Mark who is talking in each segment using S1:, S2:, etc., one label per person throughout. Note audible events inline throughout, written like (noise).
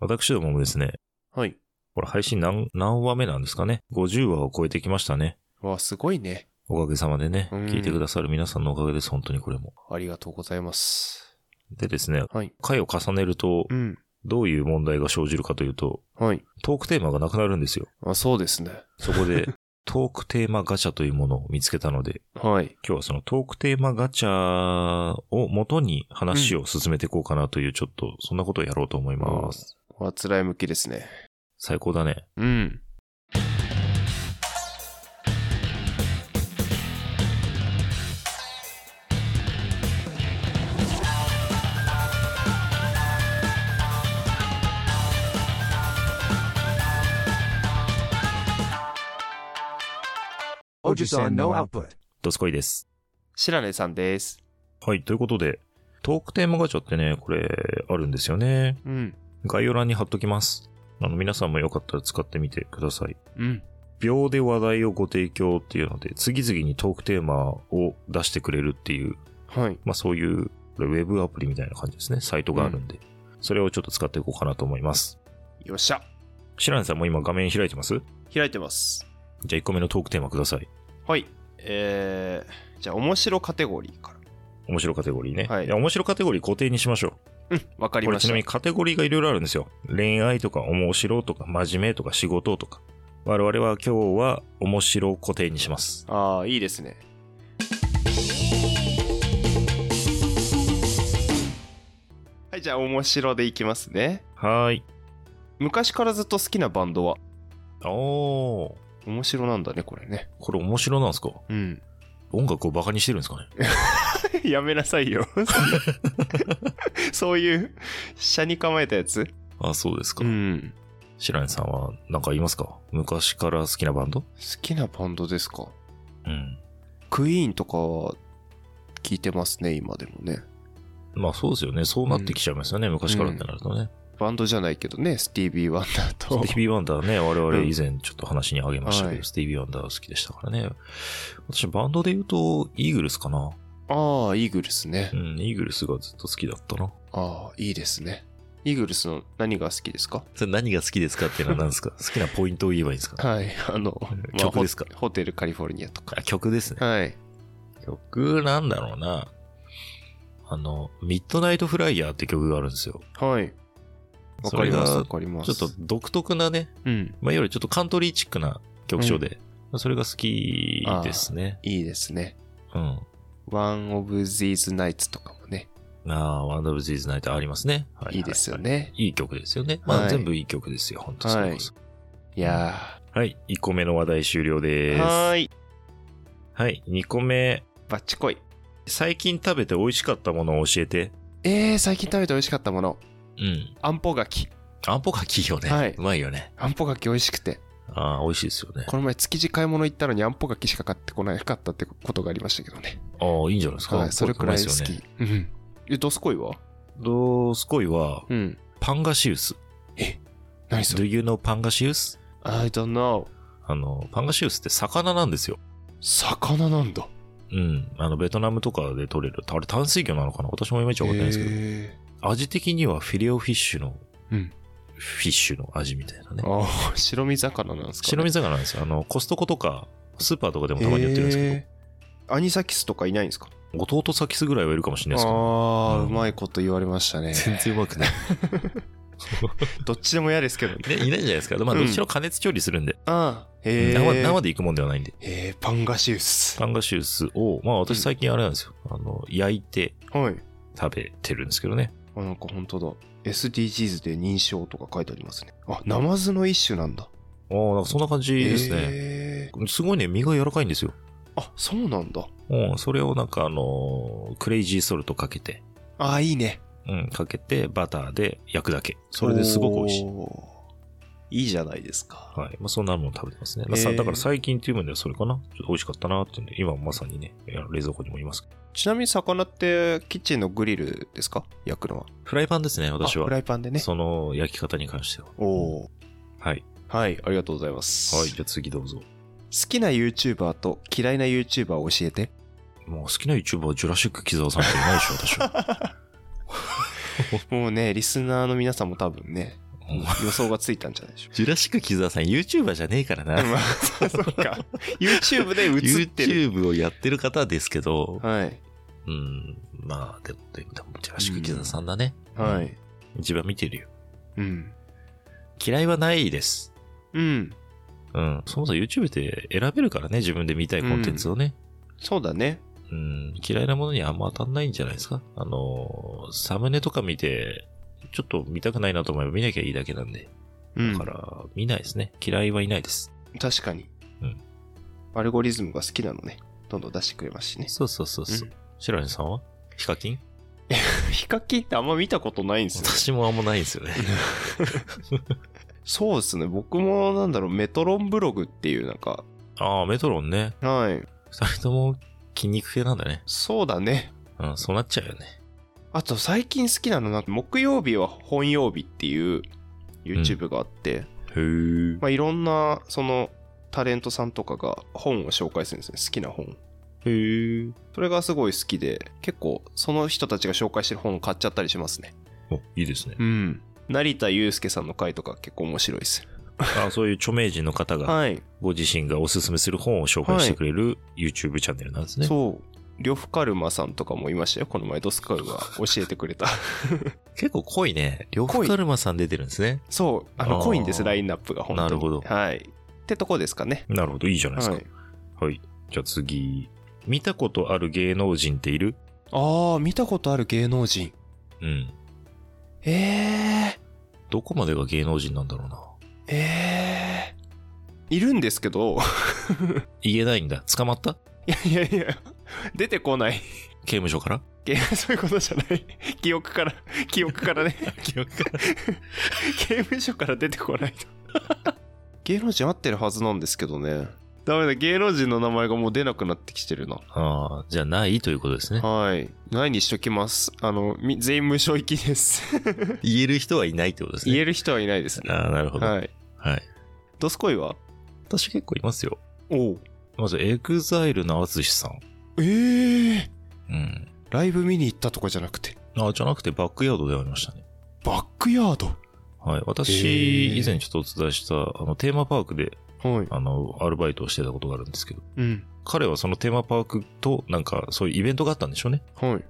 S1: 私どももですね、
S2: はい。
S1: これ配信何、何話目なんですかね ?50 話を超えてきましたね。
S2: わあ、すごいね。
S1: おかげさまでね、
S2: うん
S1: 聞いてくださる皆さんのおかげです、本当にこれも。
S2: ありがとうございます。
S1: でですね、
S2: はい。
S1: 回を重ねると
S2: う、ん。
S1: どういう問題が生じるかというと、
S2: はい。
S1: トークテーマがなくなるんですよ。
S2: あ、そうですね。
S1: そこ
S2: (laughs)
S1: で、トークテーマガチャというものを見つけたので、
S2: はい。
S1: 今日はそのトークテーマガチャを元に話を進めていこうかなという、ちょっと、そんなことをやろうと思います。
S2: あつらい向きですね。
S1: 最高だね。
S2: うん。
S3: Ojisan no output.
S1: どすこいです。
S2: 白根さんです。
S1: はい、ということで、トークテーマガチャってね、これ、あるんですよね。
S2: うん。
S1: 概要欄に貼っときます。あの、皆さんもよかったら使ってみてください。
S2: うん。
S1: 秒で話題をご提供っていうので、次々にトークテーマを出してくれるっていう、
S2: はい。
S1: まあそういう、これウェブアプリみたいな感じですね。サイトがあるんで。それをちょっと使っていこうかなと思います。
S2: よっしゃ。
S1: 白根さんも今画面開いてます
S2: 開いてます。
S1: じゃあ1個目のトークテーマください。
S2: はい。えー、じゃあ、面白カテゴリーから。
S1: 面白カテゴリーね。
S2: はい
S1: や、面白カテゴリー固定にしましょう。
S2: うん、わかり
S1: これ
S2: ま
S1: ち
S2: し
S1: な
S2: た
S1: みに。カテゴリーがいろいろあるんですよ。恋愛とか面白とか真面目とか仕事とか。我々は今日は面白固定にします。
S2: ああ、いいですね。はい、じゃあ、面白でいきますね。
S1: はーい。
S2: 昔からずっと好きなバンドは
S1: おー。
S2: 面白なんだね、これね。
S1: これ面白なんですか
S2: うん。
S1: 音楽をバカにしてるんですかね
S2: (laughs) やめなさいよ。そういう、車に構えたやつ
S1: あ、そうですか。
S2: ん。
S1: 白根さんは何か言いますか昔から好きなバンド
S2: 好きなバンドですか
S1: うん。
S2: クイーンとかは聞いてますね、今でもね。
S1: まあそうですよね。そうなってきちゃいますよね。昔からってなるとね。
S2: バンドじゃないけどね、スティービー・ワンダーと
S1: スティー。ビー・ワンダーね、我々
S2: うん
S1: 以前ちょっと話にあげましたけど、
S2: はい
S1: スティービー・ワンダー好きでしたからね。私バンドで言うと、イーグルスかな。
S2: ああ、イーグルスね
S1: う。ん、イーグルスがずっと好きだったな。
S2: ああ、いいですね。イーグルスの何が好きですか
S1: それ何が好きですかっていうのは何です
S2: (laughs)
S1: か好きなポイントを言えばいいんですか
S2: はい、あの、まあ
S1: 曲ですか
S2: ホホテルカリフォルニアとか。
S1: あ曲ですね。
S2: はい。
S1: 曲なんだろうな。あの、ミッドナイトフライヤーって曲があるんですよ。
S2: はい。わかりま
S1: そ
S2: す、
S1: れが
S2: わかりま
S1: ちょ
S2: す。
S1: っと、独特なね、
S2: うん、
S1: まあ、いわゆるちょっとカントリーチックな曲調で、まあそれが好きですね。
S2: いいですね。
S1: うん。
S2: One of These Nights とかもね、
S1: ああー、ワンダブル・ジーズ・ナイトありますね。はい
S2: いですよ。ね。
S1: いい曲ですよね。まあ、
S2: はい
S1: 全部いい曲ですよ、本当それこそ
S2: いや
S1: はい、1個目の話題終了
S2: ー。
S1: です。
S2: はーい。
S1: はい、2個目。
S2: バッチコイ。
S1: 最近食べて美味しかったものを教えて。
S2: えー、最近食べて美味しかったもの。
S1: うん。
S2: あんぽ柿。
S1: あんぽ柿いいよね。
S2: はいう
S1: まいよね。
S2: あんぽ柿美味しくて。
S1: ああ、美味しいですよね。
S2: この前築地買い物行ったのにあんぽ柿しか買ってこなかったってことがありましたけどね。
S1: ああ、いいんじゃないですか。
S2: はい、それくらい好
S1: うまです
S2: き
S1: よね。。
S2: うん。え、ドスコイは
S1: ドースコイは、
S2: うん。
S1: パンガシウス。
S2: 何そ
S1: Do
S2: れ
S1: you know パンガシウス
S2: ?I don't know.
S1: あの、パンガシウスって魚なんですよ。
S2: 魚なんだ。
S1: うん。あの、ベトナムとかで取れる。あれ、淡水魚なのかな私もいまいちわかってないんですけ
S2: え
S1: ど。味的にはフィレオフィッシュの、
S2: うん
S1: フィッシュの味みたいなね
S2: ー。ああ、白身魚なんですか、ね、
S1: 白身魚なんですよ。あの、コストコとか、スーパーとかでもたまに売ってるんですけど、
S2: ど。アニサキスとかいないんですか
S1: 弟サキスぐらいはいるかもしれないですけど、
S2: ああ、
S1: うん
S2: うまいこと言われまし
S1: (laughs)
S2: たね。
S1: 全然うまく
S2: (laughs)
S1: ない。
S2: どっちでも嫌ですけどね。
S1: ね、いないんじゃないですか。まあ、
S2: うん
S1: どっちの加熱調理するんで、
S2: ああ、へえ。
S1: 生生でいくもんではないんで。
S2: へえ、パンガシウス。
S1: パンガシウスを、まあ私最近あれなんですよ。あの、焼いて
S2: はい。
S1: 食べてるんですけどね。
S2: あ、なんか本当だ。SDGs で認証とか書いてありますね。あ、ナマズの一種なんだ。
S1: ああ、なんかそんな感じですね。
S2: へえ。
S1: すごいね、身が柔らかいんですよ。
S2: あ、そうなんだ。
S1: うん、それをなんかあのークレイジーソルトかけて、
S2: ああ、いいね。
S1: うん、かけてバターで焼くだけ。それですごく美味しい。
S2: おー。いいじゃないですか。
S1: はい。まあ、そんなもの食べてますね。まあさ
S2: へー
S1: だから最近っていうのではそれかな。ちょっと美味しかったなっていうんで、今まさにね、あの冷蔵庫にもいますけど。
S2: ちなみに魚ってキッチンのグリルですか焼くのは。
S1: フライパンですね、私
S2: あ
S1: は。
S2: フライパンでね。
S1: その焼き方に関しては。
S2: おお。
S1: はい。
S2: はい、ありがとうございます。
S1: はい。
S2: 好
S1: じゃあ次どうぞ。
S2: きな YouTuber と嫌いな YouTuber を教えて。
S1: もう好きな YouTuber はジュラシック木沢さんしかいないでしょ、私は。
S2: もうね、リスナーの皆さんも多分ね、予想がついたんじゃないでしょ
S1: (laughs) ジュラシック木沢さん YouTuber じゃねえから
S2: うか。
S1: な。
S2: (laughs) まあ、そうか。YouTube で映ってる。
S1: YouTube をやってる方ですけど、
S2: はい。
S1: うん、まあ、でも、でも、でもジュラシック木沢さんだね。。
S2: はいい。
S1: 一番見てるよ。
S2: うん。
S1: 嫌いはないです。
S2: うん。
S1: うん。そもそも YouTube って選べるからね、自分で見たいコンテンツをね。
S2: そうだね。
S1: うん、嫌いなものにあんま当たんないんじゃないですか。あのー、サムネとか見て、ちょっと見たくないなと思えば見なきゃいいだけなんで。
S2: うん
S1: だか。ら、見ないですね。嫌いはいないです。
S2: 確かに。
S1: うん
S2: アルゴリズムが好きなのね。どんどん出してくれますしね。
S1: そうそうそうそう
S2: う。
S1: 白根さんはヒカキン
S2: (laughs) ヒカキンってあんま見たことないんですよ。
S1: 私もあんまないんですよね。
S2: そうですね。僕もなんだろう、メトロンブログっていうなんか、
S1: (laughs) ああ、メトロンね。
S2: はい。
S1: 二人とも筋肉系なんだね。
S2: そうだね。
S1: うん、そうなっちゃうよね。
S2: あと最近好きなのなんか、木曜日は本曜日っていう YouTube があって、
S1: へえ。
S2: まあいろんな、その、タレントさんとかが本を紹介するんですね。好きな本。
S1: へえ。
S2: それがすごい好きで、結構その人たちが紹介してる本を買っちゃったりしますね。
S1: お、いいですね。
S2: うん。成田悠介さんの回とか結構面白いです。
S1: (laughs) あそういう著名人の方が、
S2: はい。
S1: ご自身がおすすめする本を紹介してくれる YouTube チャンネルなんですね。
S2: そう。呂布カルマさんとかもいましたよ。この前、ドスカルが教えてく
S1: (laughs)
S2: れた。
S1: 結構濃いね。両夫カルマさん出てるんですね。
S2: そう。あの、
S1: あー
S2: 濃いんです、ラインナップが本当に。
S1: なるほど
S2: はい。ってとこですかね。
S1: なるほど、いいじゃないですか。
S2: は
S1: はいい。。じゃあ次。見たことある芸能人っている
S2: ああ、見たことある芸能人。
S1: うん。
S2: え
S1: どこまでが芸能人なんだろうな。
S2: ー、えー。いるんですけど、
S1: 言えないんだ。捕まった
S2: いやいやいや、出てこない。
S1: 刑務所 (laughs) から
S2: いや (laughs) そういうことじゃない。記憶から、記憶からね。 (laughs)
S1: 記憶から。
S2: 刑務所から出てこないと (laughs) 芸能人合ってるはずなんですけどねダメだ芸能人の名前がもう出なくなってきてるな
S1: ああ、じゃあないということですね。
S2: はいないにしときますあのみ全員無償行きです
S1: 言える人はいないってことですね。
S2: (laughs) 言える人はいないですね
S1: ああ、なるほど。はい。
S2: はいドスコイは
S1: 私結構いますよ。
S2: お
S1: まず、エグザイルの淳さん。
S2: えー、
S1: うん。
S2: ライブ見に行ったとかじゃなくて
S1: ああ、じゃなくて、バックヤードでありましたね。
S2: バックヤード
S1: はい。
S2: へー
S1: 私、以前ちょっとお伝えした、あの、テーマパークで、
S2: はい
S1: あの、アルバイトをしてたことがあるんですけど、
S2: うん
S1: 彼はそのテーマパークと、なんか、そういうイベントがあったんでしょうね。
S2: はい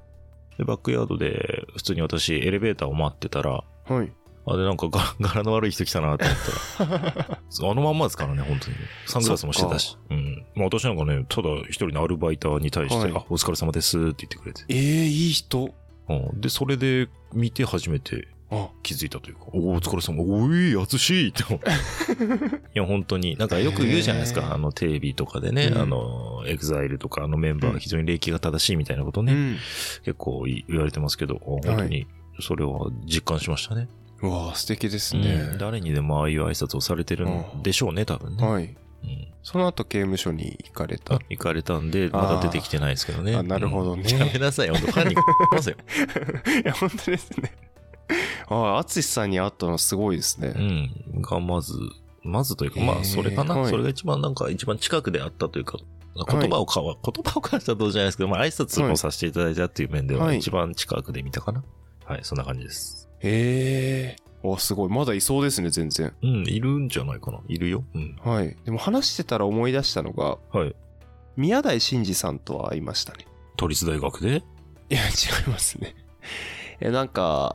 S1: で、バックヤードで、普通に私、エレベーターを待ってたら、
S2: はい (laughs)
S1: あ、で、なんか柄、柄の悪い人来たなと思ったら、そうあのまんまですからね、本当に。サングラスもしてたし。うん。まあ、私なんかね、ただ一人のアルバイターに対して、
S2: はい
S1: あ、お疲れ様ですって言ってくれて。
S2: えー、いい人
S1: うん。で、それで、見て初めて
S2: あ
S1: 気づいたというか、おーお疲れ様、おい、あつしって思って。い
S2: (laughs)
S1: や、本当に、なんかよく言うじゃないです
S2: へー
S1: か、あの、テレビとかでね、
S2: うん
S1: あの、エグザイルとか、あのメンバー
S2: うん
S1: は非常に礼儀が正しいみたいなこと
S2: う
S1: ね、
S2: ん
S1: 結構い言われてますけど、あ本当に、それは実感しましたね。
S2: うわー素敵です
S1: うん
S2: ね、
S1: 誰にでもああいう挨拶をされてるんでしょうね、多分ね。
S2: はい
S1: うん
S2: その後刑務所に行かれた
S1: あ行かれたんで、まだ出てきてないですけどね。
S2: あなるほどね (laughs)
S1: うんやめなさい、本当ファンにますよ。
S2: いや、本当ですね。ああ、淳さんに会ったのはすごいです
S1: う
S2: ね。
S1: ん。が、まず、まずというか、
S2: へー
S1: まあ、それかな、
S2: はい
S1: それが一番、なんか、一番近くであったというか、
S2: い
S1: 言葉を交わ、言葉を交わしたとじゃないですけど、まあ、挨拶もさせていただいたっていう面では、
S2: はい
S1: 一番近くで見たかな。はい、そんな感じです。
S2: へえ。おすごい。まだいそうですね、全然。
S1: うん、いるんじゃないかな。いるよ。うん。
S2: はい。でも話してたら思い出したのが、
S1: はい。
S2: 宮台真司さんとは会いましたね。
S1: 都立大学で
S2: いや、違いますね。 (laughs) え、なんか、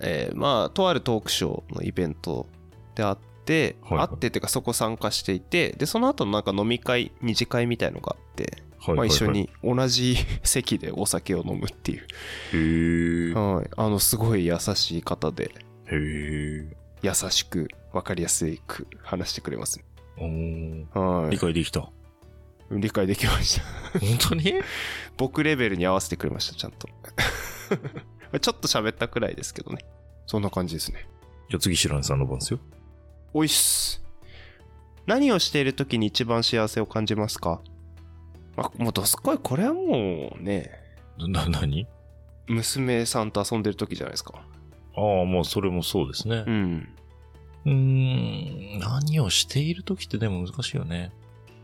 S2: えーまあ、とあるトークショーのイベントであって、
S1: はいはい
S2: 会ってっていうかそこ参加していて、で、その後のなんか飲み会、二次会みたいのがあって、
S1: は
S2: まあ一緒。に同じ席でお酒を飲むっ
S1: (laughs)
S2: ていう。
S1: へー。
S2: はい。あの、すごい優しい方で、
S1: へー。
S2: 優しく分かりやすく話してくれますね。
S1: おー
S2: は
S1: 理解でき
S2: (laughs)
S1: た。
S2: い。理解できました。 (laughs)
S1: 本当に
S2: 僕レベルに合わせてくれました、ちゃんと。 (laughs) ちょっと喋ったくらいですけどね。そんな感じですね。
S1: じゃあ次、白根さんの番ですよ。
S2: おいっす。何をしている時に一番幸せを感じますかまあ、もうどすこい、これはもうね、
S1: な、何
S2: 娘さんと遊んでる時じゃないですか。
S1: ああ、まあ、それもそうですね
S2: う。ん。
S1: うーん、何をしている時ってでも難しいよね。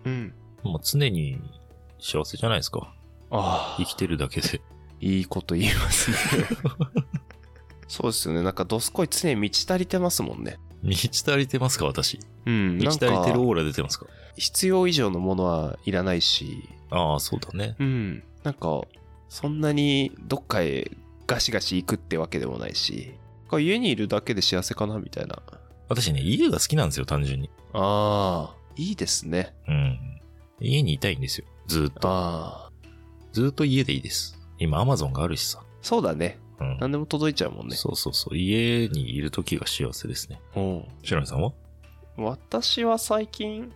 S2: うん。
S1: まあ、常に幸せじゃないですか。
S2: ああ
S1: 生。きてるだけで。
S2: いいこと言いますね。 (laughs) そうですよね。なんか、どすこい常に満ち足りてますもんね。
S1: (laughs) 満ち足りてますか、私。
S2: うん。
S1: 満
S2: なん
S1: ち足りてる
S2: か、
S1: オーラ出てますか。
S2: 必要以上のものはいらないし、
S1: ああ、そうだね。
S2: うん。なんか、そんなにどっかへガシガシ行くってわけでもないし、なんか家にいるだけで幸せかなみたいな。
S1: 私ね、家が好きなんですよ、単純に。
S2: ああ、いいですね。
S1: うん。家にいたいんですよ。ずーっと。
S2: ああ、
S1: ずーっと家でいいです。今、アマゾンがあるしさ。
S2: そうだね。
S1: うん。
S2: 何でも届いちゃうもんね。
S1: そうそうそう。家にいる時が幸せですね。
S2: うん
S1: 白根さんは
S2: 私は最近、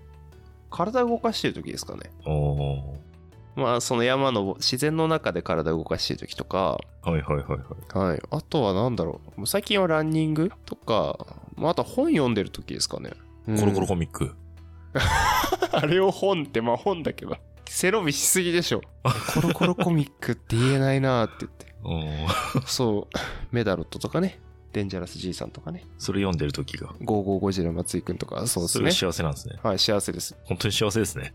S2: 体動かしてる時ですかね。
S1: おお
S2: まあ、その山の自然の中で体動かしてる時とか、
S1: ー。はいはいはいはい。
S2: はい。あとは何だろう。もう最近はランニングとか、まあ、あとは本読んでる時ですかね。
S1: コロコロ
S2: 本。
S1: コミック。
S2: (laughs) あれを本って、まあ本だけど。背伸びしすぎでしょ。コロコロコミックって言えないなーって言って。
S1: おー
S2: (laughs) そう。メダロットとかね。デンジャラスじいさんとかね。
S1: (laughs) それ読んでる時が。
S2: 555ジラ松井くんとか、そうです
S1: れ
S2: ね
S1: が。幸せなんですね。
S2: はい、幸せです。 (laughs)
S1: 本当に幸せですね。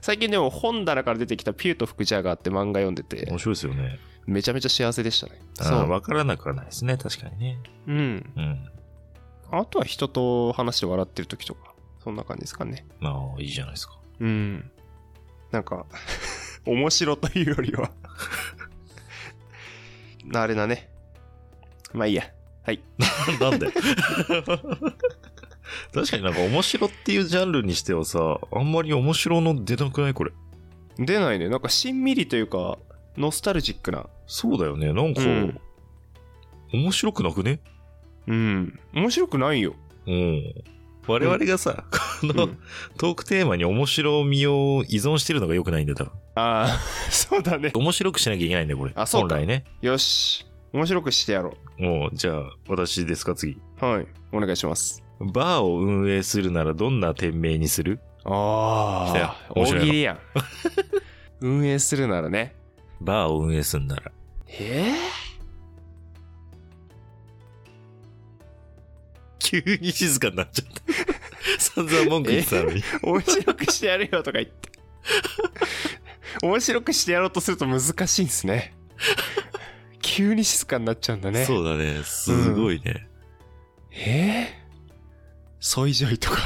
S2: 最近でも本棚から出てきたピューとフクジャガーって漫画読んでて
S1: 面、白いですよね。
S2: めちゃめちゃ幸せでしたね。
S1: ああ、わからなくはないですね。確かにね。
S2: う。うん。
S1: うん。
S2: あとは人と話して笑ってる時とか、そんな感じですかね。
S1: まあ、いいじゃないですか。 (laughs)
S2: うん。なんか、 (laughs) 面白というよりは。あれだね。まあいいや。はい。
S1: なんで (laughs) 確かになんか面白っていうジャンルにしてはさ、あんまり面白の出なくないこれ。
S2: 出ないね。なんかしんみりというか、ノスタルジックな。
S1: そうだよね。なんか、
S2: うん
S1: 面白くなくね
S2: うん。面白くないよ。
S1: うん。我々がさ、こ
S2: う
S1: の
S2: (laughs) ん
S1: トークテーマに面白みを依存してるのが良くないんだよ、多分。
S2: ああ、そうだね。
S1: 面白くしなきゃいけないんだよ、これ。
S2: あそうか
S1: 本来ね。
S2: よし。面白くしてやろ
S1: もう、じゃあ、私ですか、次。
S2: う。はい。お願いします。
S1: バーを運営するならどんな店名にする
S2: あ
S1: 来たよ
S2: あ、
S1: 面
S2: 大
S1: 白いの
S2: 喜利やん。 (laughs) 運営するならね。
S1: バーを運営するなら。
S2: え
S1: 急に静かになっちゃった。 (laughs) 散々文句言ってたのに。
S2: ー、面白くしてやるよとか言って。面白くしてやろうとすると難しいんですね。急に静かになっちゃうんだね。
S1: そうだね。すごいね。
S2: えー、ソイジョイとか。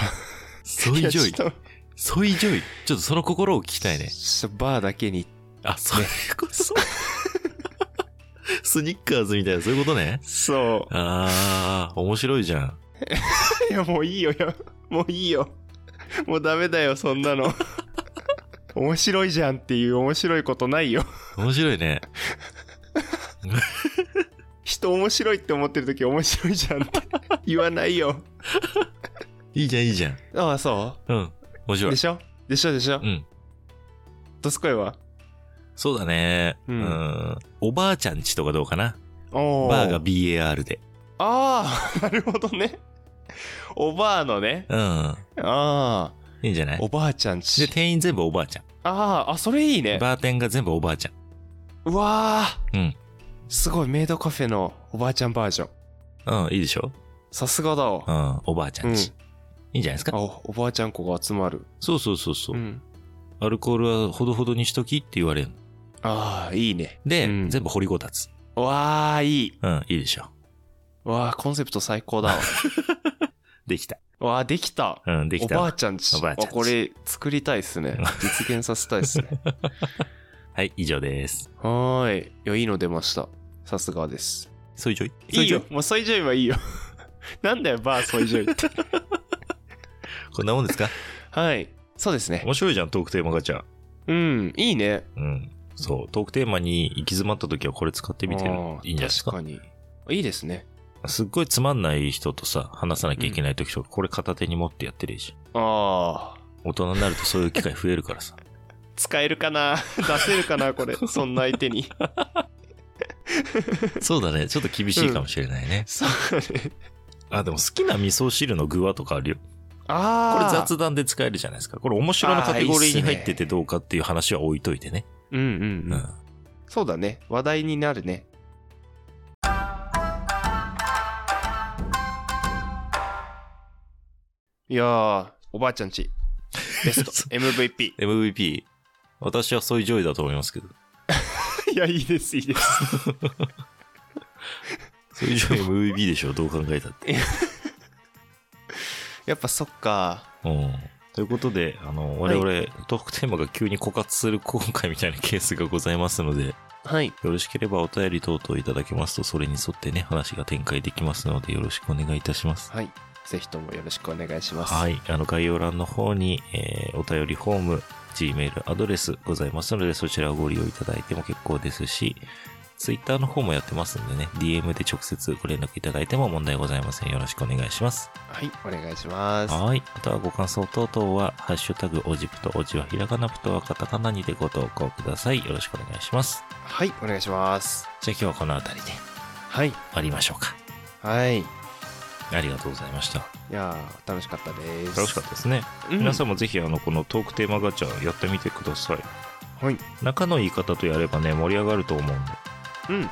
S1: ソイジョ
S2: いや
S1: イ。
S2: ちょっと
S1: ソイジョイ。ちょっとその心を聞きたいね。
S2: ちょっとバーだけに。
S1: あ、それこそ。 (laughs) スニッカーズみたいな、そういうことね。
S2: そ
S1: あー、面白いじゃん。
S2: う。いや、もういいよ、い (laughs) や。もういいよ。もうダメだよ、そんなの。 (laughs) 面白いじゃんっていう面白いことないよ。
S1: 面白いね。
S2: 人面白いって思ってる時面白いじゃんって (laughs) 言わないよ
S1: いいじゃん、いいじゃん。
S2: ああそ
S1: うん。面白
S2: で
S1: い。
S2: しょでしょでし
S1: う
S2: ょ、
S1: ん。
S2: ドスコイは
S1: そうだね。
S2: う
S1: うんん。おばあちゃんちとかどうかな。
S2: お
S1: バーが
S2: あ
S1: BAR で。
S2: あーなるほどねおばあのね
S1: うん。
S2: ああ
S1: いいんじゃない
S2: おばあちゃんち
S1: で、店員全部おばあちゃん。
S2: あああそれいいね
S1: バーテンが全部おばあちゃん。
S2: うわあ
S1: うん
S2: すごいメイドカフェのおばあちゃんバージョン
S1: うん、いいでしょ
S2: さすがだわ
S1: う、ん、おばあちゃんち。
S2: う
S1: いいんじゃないです
S2: あ
S1: か
S2: おおばあちゃん子が集まる
S1: そうそうそうそう、
S2: ん
S1: アルコールはほどほどにしときって言われるの。
S2: ああいいね
S1: で、
S2: うん
S1: 全部掘りごたつ。
S2: わあいい
S1: うん、いいでしょ
S2: わあコンセプト最高だわ
S1: できた。
S2: (laughs) わあできた
S1: うん、できた。
S2: おばあちゃんち
S1: おばあちゃんち
S2: これ作りたいっすね実現させたいっす (laughs) ね
S1: はい、以上です。
S2: はーいいやいいの出ましたさすがです
S1: そういちょい
S2: いいよ。もうソイジョイはいいよ (laughs) なんだよバーソイジョイって
S1: (laughs) こんなもんですか
S2: (laughs) はいそうですね
S1: 面白いじゃん、トークテーマガチャ。
S2: うんいいね
S1: うん。そう、トークテーマに行き詰まった時はこれ使ってみてる
S2: あー
S1: いいんじゃないですか
S2: 確かにいいですね
S1: すっごいつまんない人とさ、話さなきゃいけない時とか、これ片手に持ってやってるし。
S2: ああ
S1: 大人になるとそういう機会増えるからさ。
S2: 使えるかな (laughs) 出せるかなこれそんな相手に
S1: (laughs) そうだね、ちょっと厳しいかもしれないね。
S2: (laughs) そうね
S1: あ、でも好きな味噌汁の具はとかあるよ。こ
S2: あ
S1: れ
S2: あ
S1: 雑談で使えるじゃないですか。これ面白なカテゴリーに入っててどうかっていう話は置いといてね。
S2: うんうん、
S1: う
S2: うんん、。そうだね話題になるねいやーおばあちゃんち
S1: (laughs)
S2: ベスト MVP
S1: MVP。私はそういう (laughs) 上位だと思いますけど。
S2: いやいいですいいです
S1: それ以上 MVP でしょ、どう考えたって。
S2: やっぱそっか。
S1: うん。ということで、あの、我々、トークテーマが急に枯渇する今回みたいなケースがございますので、よ
S2: はい。
S1: ろしければお便り等々いただけますと、それに沿ってね、話が展開できますので、よろしくお願いいたします。
S2: はい。ぜひともよろしくお願いします。
S1: はい。あの、概要欄の方に、えーお便りフォーム、Gmail アドレスございますので、そちらをご利用いただいても結構ですし、Twitter の方もやってますんでね、DM で直接ご連絡いただいても問題ございません。よろしくお願いします。
S2: はい。お願いします。
S1: はい。あとはご感想等々は、ハッシュタグ、おじぷと、おじはひらがなぷとはカタカナにてご投稿ください。よろしくお願いします。
S2: はい。お願いします。
S1: じゃあ今日はこの辺りで終
S2: はい。
S1: わりましょうか。
S2: はい。い
S1: ありがとうございました。
S2: やー楽しかったです。
S1: 楽しかったですね。
S2: うん
S1: 皆さんもぜひ、あの、このトークテーマガチャやってみてください。
S2: はい。
S1: 仲のいい方とやればね、盛り上がると思うん
S2: うん。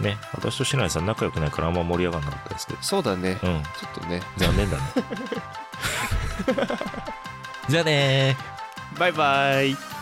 S1: で。ね。私としないさん仲良くないからあんま盛り上がらなかったですけど。
S2: そうだね。
S1: うん。
S2: ちょっとね。
S1: 残念だね。じゃあねー。
S2: バイバイ。